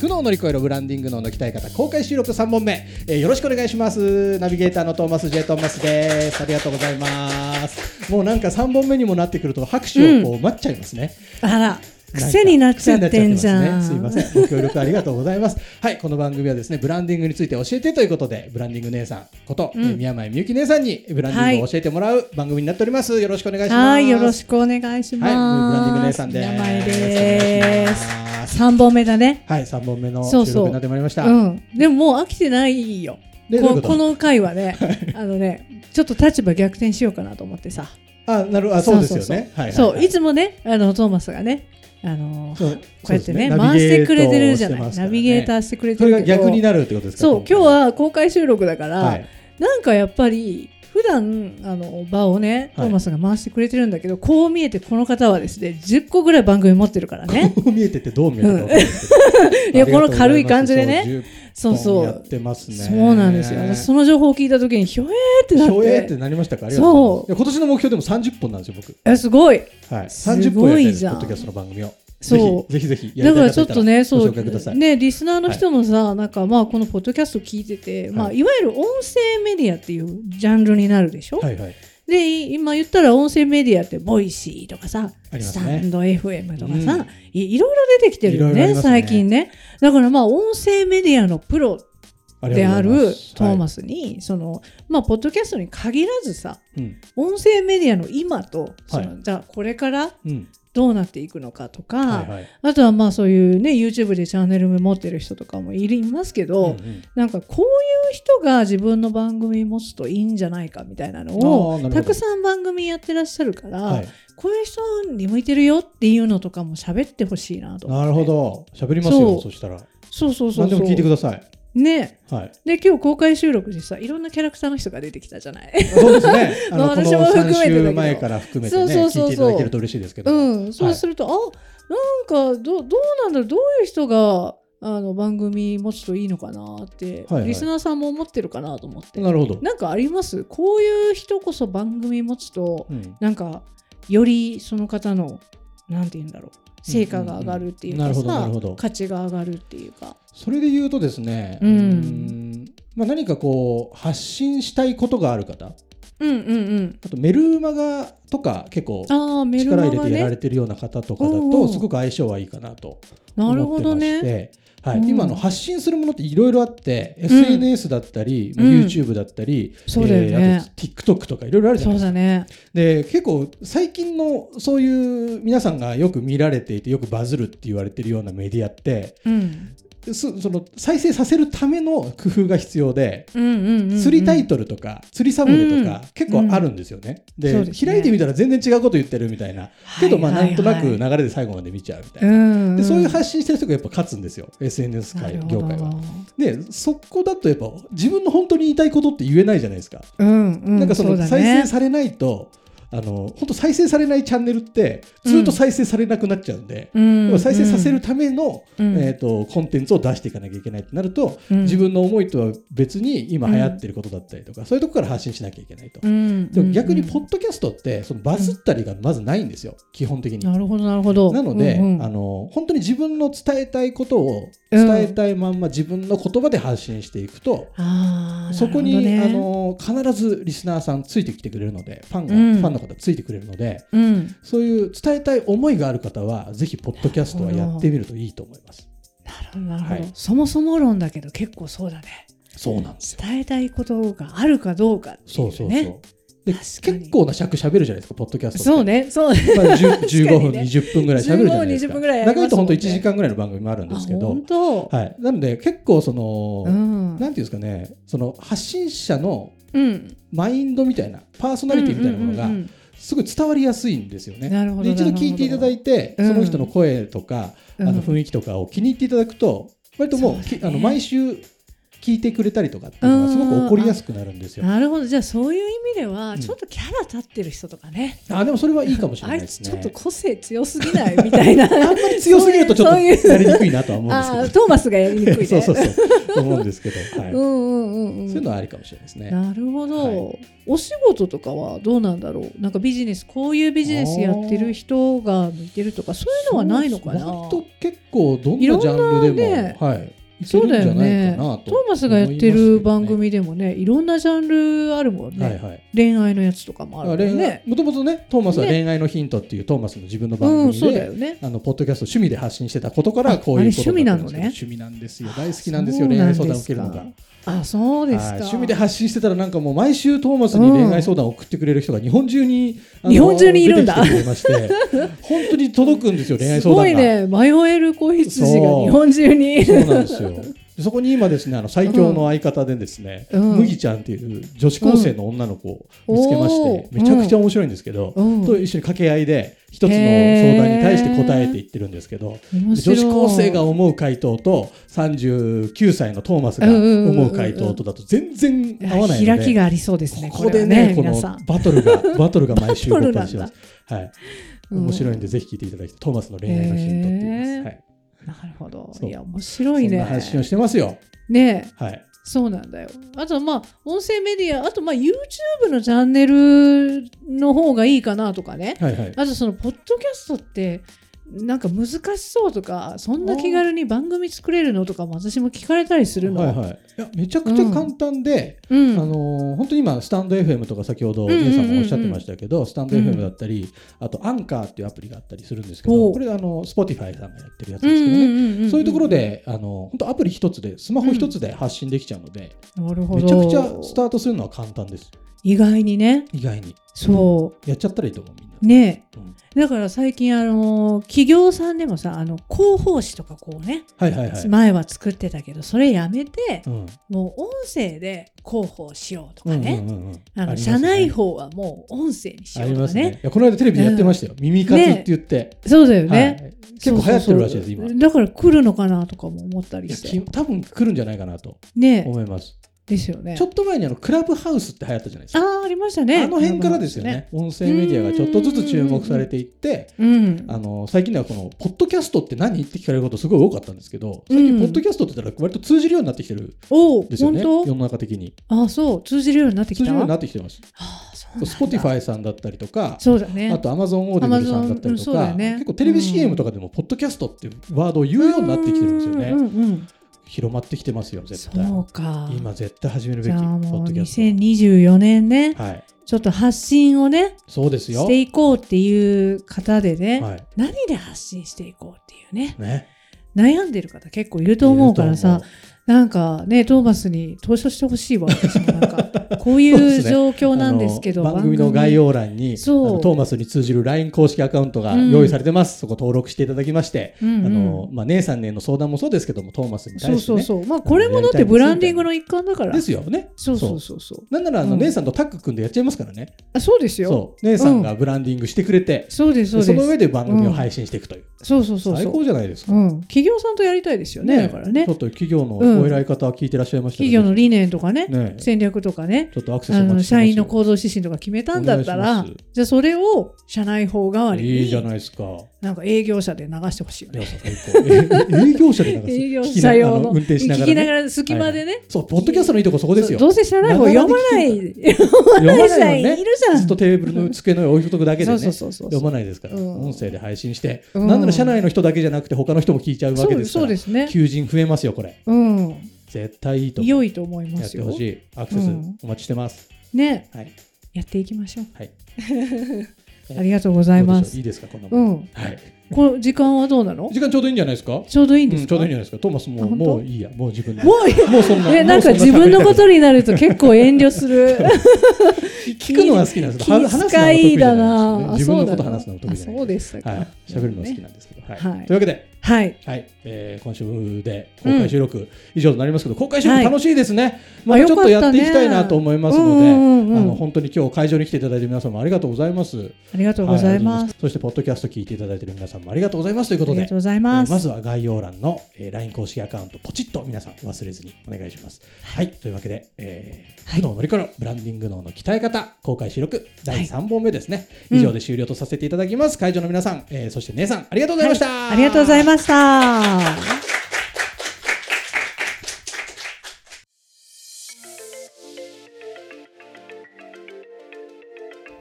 苦悩を乗り越えるブランディング脳の鍛え方公開収録3本目、えーよろしくお願いしますナビゲーターのトーマス J トーマスですありがとうございますもうなんか3本目にもなってくると拍手をこう待っちゃいますね、あら、癖になっちゃってんじゃん。癖になっちゃってますねすいません。ご協力ありがとうございます。はい、この番組はですね、ブランディングについて教えてということで、ブランディング姉さんこと、うんえー宮前みゆき姉さんにブランディングを教えてもらう番組になっております。よろしくお願いします。はい、よろしくお願いしまはす。い、ブランディング姉さんです。名前お願で。いします三本目だね。はい、三本目のそう収そう録になってまいりました。うん、でももう飽きてないよ。でどういうこことこの回はね、あのね、ちょっと立場逆転しようかなと思ってさ。あ、なるあ、そうですよね。はいはいはい。そう、いつもね、あのトーマスがね、あのそうこうやっそてねうです回してくれてるじゃない。ナビゲートをしてますからナねビゲーターしてくれてそれるがけど。逆になるってことですか。そう、今日は公開収録だから、はい。なんかやっぱり普段あの場をねはトいーマスが回してくれてるんだけど、こう見えてこの方はですね10個ぐらい番組持ってるからね こう見えててどう見えてるかわかんないですけど。 いやこの軽い感じでねありがとうございます。そうそやっう、てますね。そうなんですよ私その情報を聞いた時にひょえーってなって省エってなりましたか。ありがとうございますそいうや今年の目標でも三十本なんですよ僕。えすごいはい。三す十本やごりたいいですじポゃんッドキャストの番組を。そうぜひぜひぜひやだりたい方からちいょったとね、そごう紹介ください。ね、リスナーの人もさ、なんかまあこのポッドキャスト聞いてて、まはあいいわゆる音声メディアっていうジャンルになるでしょ。はいはい。で今言ったら音声メディアってボイシーとかさ、ありまスすタねンド FM とかうさ、んいいろいろ出てきてるよいろいろあねりますね最近ねだからまあ音声メディアのプロありでがあとうございるますトーマス。スに、そのまあポッドキャストに限らずさはいうん音声メディアの今とその、はじゃあこれからうん。どうなっていくのかとか、はいはい。あとはまあそういうね YouTube でチャンネルも持ってる人とかもいるいますけど、うんうんなんかこういう人が自分の番組持つといいんじゃないかみたいなのあーなるほをどたくさん番組やってらっしゃるから、はい。こういう人に向いてるよっていうのとかも喋ってほしいなと思っなてるほど。喋りますよ。そうそしたら。そうそうそ何うでそうも聞いてください。ね はい。で今日公開収録でさいろんなキャラクターの人が出てきたじゃないそうです ね。あの、こ私のも含3めてだけど週前から含めてね、そうそう聞そうそういていただけると嬉しいですけど。うんそうすると、あなんかどどうなんだろうどういう人があの番組持つといいのかなって、はいはいリスナーさんも思ってるかなと思ってなるほど。なんかありますこういう人こそ番組持つとうんなんかよりその方のなんて言うんだろう成果が上がるっていううんかうんうんなるほどなさるほど価値が上がるっていうかそれで言うとですね、うんんまあ、何かこう発信したいことがある方うんうんうんあとメルマガとか結構ああメル力入マれガてやられねてるような方とかだうんうとんすごく相性はいいかなとなる思っほてまどして、ねはいうん今あの発信するものっていろいろあって、ん SNS だったり、まあうん YouTube だったり、そうだよねえーあと TikTok とかいろいろあるじゃそないうですかだ。ねで結構最近のそういう皆さんがよく見られていてよくバズるって言われてるようなメディアってうんすその再生させるための工夫が必要で。うんうんうんうん釣りタイトルとか釣りサムネとかうん結構あるんですよね。でそうですね開いてみたら全然違うこと言ってるみたいなけどまあはいなはいんとなくは流いれで最後まで見ちゃうみたいうな。んんでそういう発信してる人がやっぱ勝つんですよ SNS な界るほど業界は。でそこだとやっぱ自分の本当に言いたいことって言えないじゃないですか。うんうんなんかそのうだね再生されないと、あの本当再生されないチャンネルってずっと再生されなくなっちゃうんで、うんでも再生させるための、うんえー、とコンテンツを出していかなきゃいけないってなると、うん自分の思いとは別に今流行ってることだったりとか、そういうとこから発信しなきゃいけないと。うんでも逆にうんポッドキャストってそのバズったりがまずないんですよ、基本的に。なるほどなるほどなので、うんうんあの本当に自分の伝えたいことを伝えたいまんま自分の言葉で発信していくと、あーそこに、なるほあどねの必ずリスナーさんついてきてくれるのでファンが、うんファンの方ついてくれるのでうんそういう伝えたい思いがある方はぜひポッドキャストはやってみるといいと思います。なるほど、はいそもそも論だけど結構そうだねそうなんですよ。伝えたいことがあるかどうかっていうねそうそうそう。で確かに結構な尺喋るじゃないですか、ポッドキャストって。そうね、そうね。まあ、10 15分、確かにね20分ぐらい喋るじゃないです15か。分20分ぐらいやります長もんねいと本当1時間ぐらいの番組もあるんあですけど本、当。はい、なので結構その、うなん。んていうんですかね、その発信者のうん。マインドみたいな、パーソナリティみたいなものがうんうんうんすごい伝わりやすいんですよね。なるほどで一度なるほど聞いていただいて、うんその人の声とか、うんあの雰囲気とかを気に入っていただくと、割ともうそうだねきあの毎週聞いてくれたりとかっていうのがすごく起こりやすくなるんですよ。なるほど。じゃあそういう意味では、うんちょっとキャラ立ってる人とかね。あでもそれはいいかもしれあないいでつすちね。ょっと個性強すぎないみたい な。あんまり強すぎるとちょっとそういうそういやうりにくいなとは思うんですけあどー。トーマスがやりにくいね。 そうそうそう思うんですけど、はいうんうんうんうん。そういうのはありかもしれないですね。なるほど、はお仕事とかはどうなんだろうなんかビジネスこういうビジネスやってる人が向いてるとかそういうのはないのかな割トと結構どんいろなんジャンルでも、なねはい、いけるんじゃないかなと、ーマスがやってる番、組でもねいろんなジャンルあるもんね、はいはい。恋愛のやつとかもあるもんねもともとね、トーマスは恋愛のヒントっていうトーマスの自分の番う組んで、そうだよねあのポッドキャスト趣味で発信してたことからあこういうことあれ趣味なのねだったんですけど趣味なんですよ大好きなんですよ恋愛相談を受けるのがそうなんですかあそうですか、はい趣味で発信してたらなんかもう毎週トーマスに恋愛相談を送ってくれる人が日本中に、あの日本中にいるんだ出てきてくれまして 本当に届くんですよ恋愛す相談ごがいね迷える子羊がそう日本中 にそうなんですよでそこに今ですねあの最強の相方でですね、うん麦ちゃんっていう女子高生の女の子を見つけまして、うんめちゃくちゃ面白いんですけど、うんと一緒に掛け合いで一つの相談に対して答えていってるんですけど面女白い子高生が思う回答と39歳のトーマスが思う回答とだと全然合わないので、や開きがありそうですねこここれではねねこ皆のさんバトルがバトルが毎週 バト起ルこなりんしだます。はい、うん面白いんでぜひ聞いていただきたいトーマスの恋愛のヒントって言います。へーはい、なるほどそういや面白そいんなね発信をしてますよ。ねえはい。そうなんだよ。あとまあ音声メディアあとまあ YouTube のチャンネルの方がいいかなとかねはいはい。あとそのポッドキャストってなんか難しそうとかそんな気軽に番組作れるのとかも私も聞かれたりするの。はいはい、いやめちゃくちゃ簡単で、うあん、のー本当に今スタンド FM とか先ほどうんうんうんうん皆さんもおっしゃってましたけど、スタンドうん FM だったりあとアンカーっていうアプリがあったりするんですけほどうこれあの Spotify さんがやってるやつうでんすけどね、うんんんんそういうところであの本当アプリ一つでスマホ一つで発信できちゃうので、なるほめちゃくちゃスタどートするのは簡単です意外にね意外にそやっちゃったらいいと思うみんなうねうんだから最近あの企業さんでもさあの広報誌とかこうね、はいはいはい、前は作ってたけどそれやめてう、んもう音声で広報しようとうかんうんね、うんうんあありのますね社内報はもう音声にしあようりとまかすねねいやこの間テレビでやってましたよ、耳かきって言って、そうだよはいね、結構流行ってるらしいですそうそう今そうだから来るのかなとかも思ったりいやしきて多分来るんじゃないかなとね思います、ですよねちょっと前にあのクラブハウスって流行ったじゃないですあかーありましたねあの辺からですよね音声メディアがちょっとずつ注目されていってうんあの最近ではこの「ポッドキャストって何?」って聞かれることすごい多かったんですけど最う近んポッドキャストって言ったら割と通じるようになってきてるおお、んですよ本ね、世当の中的にあーそう通じるようになってき通たじるようになあってきてますあーそうなんだ Spotify さんだったりとかそうだねあとアマゾンオーディブルさんだったり Amazon うんとそうだか、よね結構テレビ CM とかでも、ポッドキャストっていうワードを言うようになってきてるんですよね。うんうんうん広まってきてますよ、絶対。そうか今、絶対始めるべじき、ゃポあッもうドキャス2024年ね、ト。はい。ちょっと発信をねそうですよ。していこうっていう方でね、はい。何で発信していこうっていうねね。悩んでる方結構いると思うからさなんかねトーマスに投書してほしいわ私もな んかこういそうでうすね言状うと思う、況なんですけどあの番組の概要欄に、あそうのトーマスに通じる LINE 公式アカウントが用意されてます。そこ登録していただきまして、うんうんあの、まあ、姉さんねの相談もそうですけども、トーマスに対して、そね。うそうそうまあこれもだってブランディングの一環だからですよね。そうそうそうそうなんなら、あの、うん姉さんとタッグ組んでやっちゃいますからね。あそうですよそう。姉さんがブランディングしてくれて、そうですそうでですその上で番組を配信していくという、そうそうそう最そ高うじゃないですか。うん企業さんとやりたいですよねだからねちょっと企業のうんお偉い方聞いてらっしゃいましたら企業の理念とかねね戦略とかねちょっとアクセスあお待のちしてま社すよ員の行動指針とか決めたんだったお願らいしますじゃあそれを社内法代わりにいいじゃないですか。なんか営業者で流してほしいよね皆さん最高え営業者でなんか営業聞き者ながらあ用のの運転しなが聞ら、きながね、ら隙間でね、そうポッドキャストのいいとこそこですよど。うせ社内法読まない読ま読まなないいの人いね。るじゃんずっとテーブルの机の上置いとくだけでそうね。そうそうそう読まないですから、うん音声で配信して、うんなんなら社内の人だけじゃなくて他の人も聞いちゃうわそけうですからそうですね求人増えますよこれうん絶対いいと思う良いと思いまやっすてよほしいアクセスお待ちしてます、ねはいやっていきましょうはい ありがとうございどまうでしょうすいいですかこんなうもん。んはい。この時間はどうなの時間ちょうどいいんじゃないですか。ちょうどいいんうでんすちょか、うどいいんじゃないですか。トーマスもあ本当もういいやもう自分で。もういいもうそんな。えなんかもうそ自分のこ喋とになると結構遠慮す るりたくない聞くのは好きなんですけど。は話気すのは得遣意いじゃだないなですね。自分のこと話すのは得あ意じゃない。そうでしたか、はい。喋るのは好きなんですけど。はい。はいというわけで。はいはい、えー、今週で公開収録以上となりますけど、公開収録楽しいですね、はまいたちょっとあやよかったっねていきたいなと思いますうのんで、うんうんあの本当に今日会場に来ていただいてる皆さんもありがとうございます。はいありがあとうございます、りがとうございますそしてポッドキャスト聞いていただいている皆さんもありがとうございますというこあとりでがとうございえまーす、まずは概要欄の、えー LINE 公式アカウントポチッと皆さん忘れずにお願いします。はい、というわけで、えーはい工藤のりこのブランディング能の鍛え方公開収録第はい3本目ですね、うん以上で終了とさせていただきます。会場の皆さん、えーそして姉さんありがとうございました、はいありがとうございました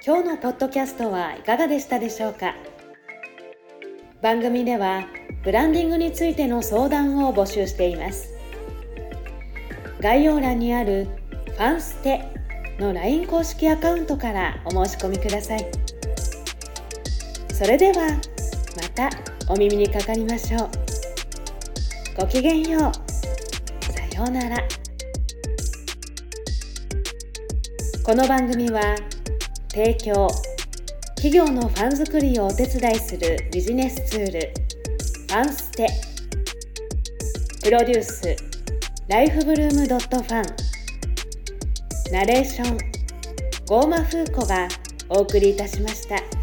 今日のポッドキャストはいかがでしたでしょうか番組ではブランディングについての相談を募集しています概要欄にある「ファンステ」の LINE 公式アカウントからお申し込みくださいそれではまたお耳にかかりましょうごきげんようさようならこの番組は提供企業のファン作りをお手伝いするビジネスツールファンステプロデュースライフブルームドットファンナレーションゴーマフーコがお送りいたしました。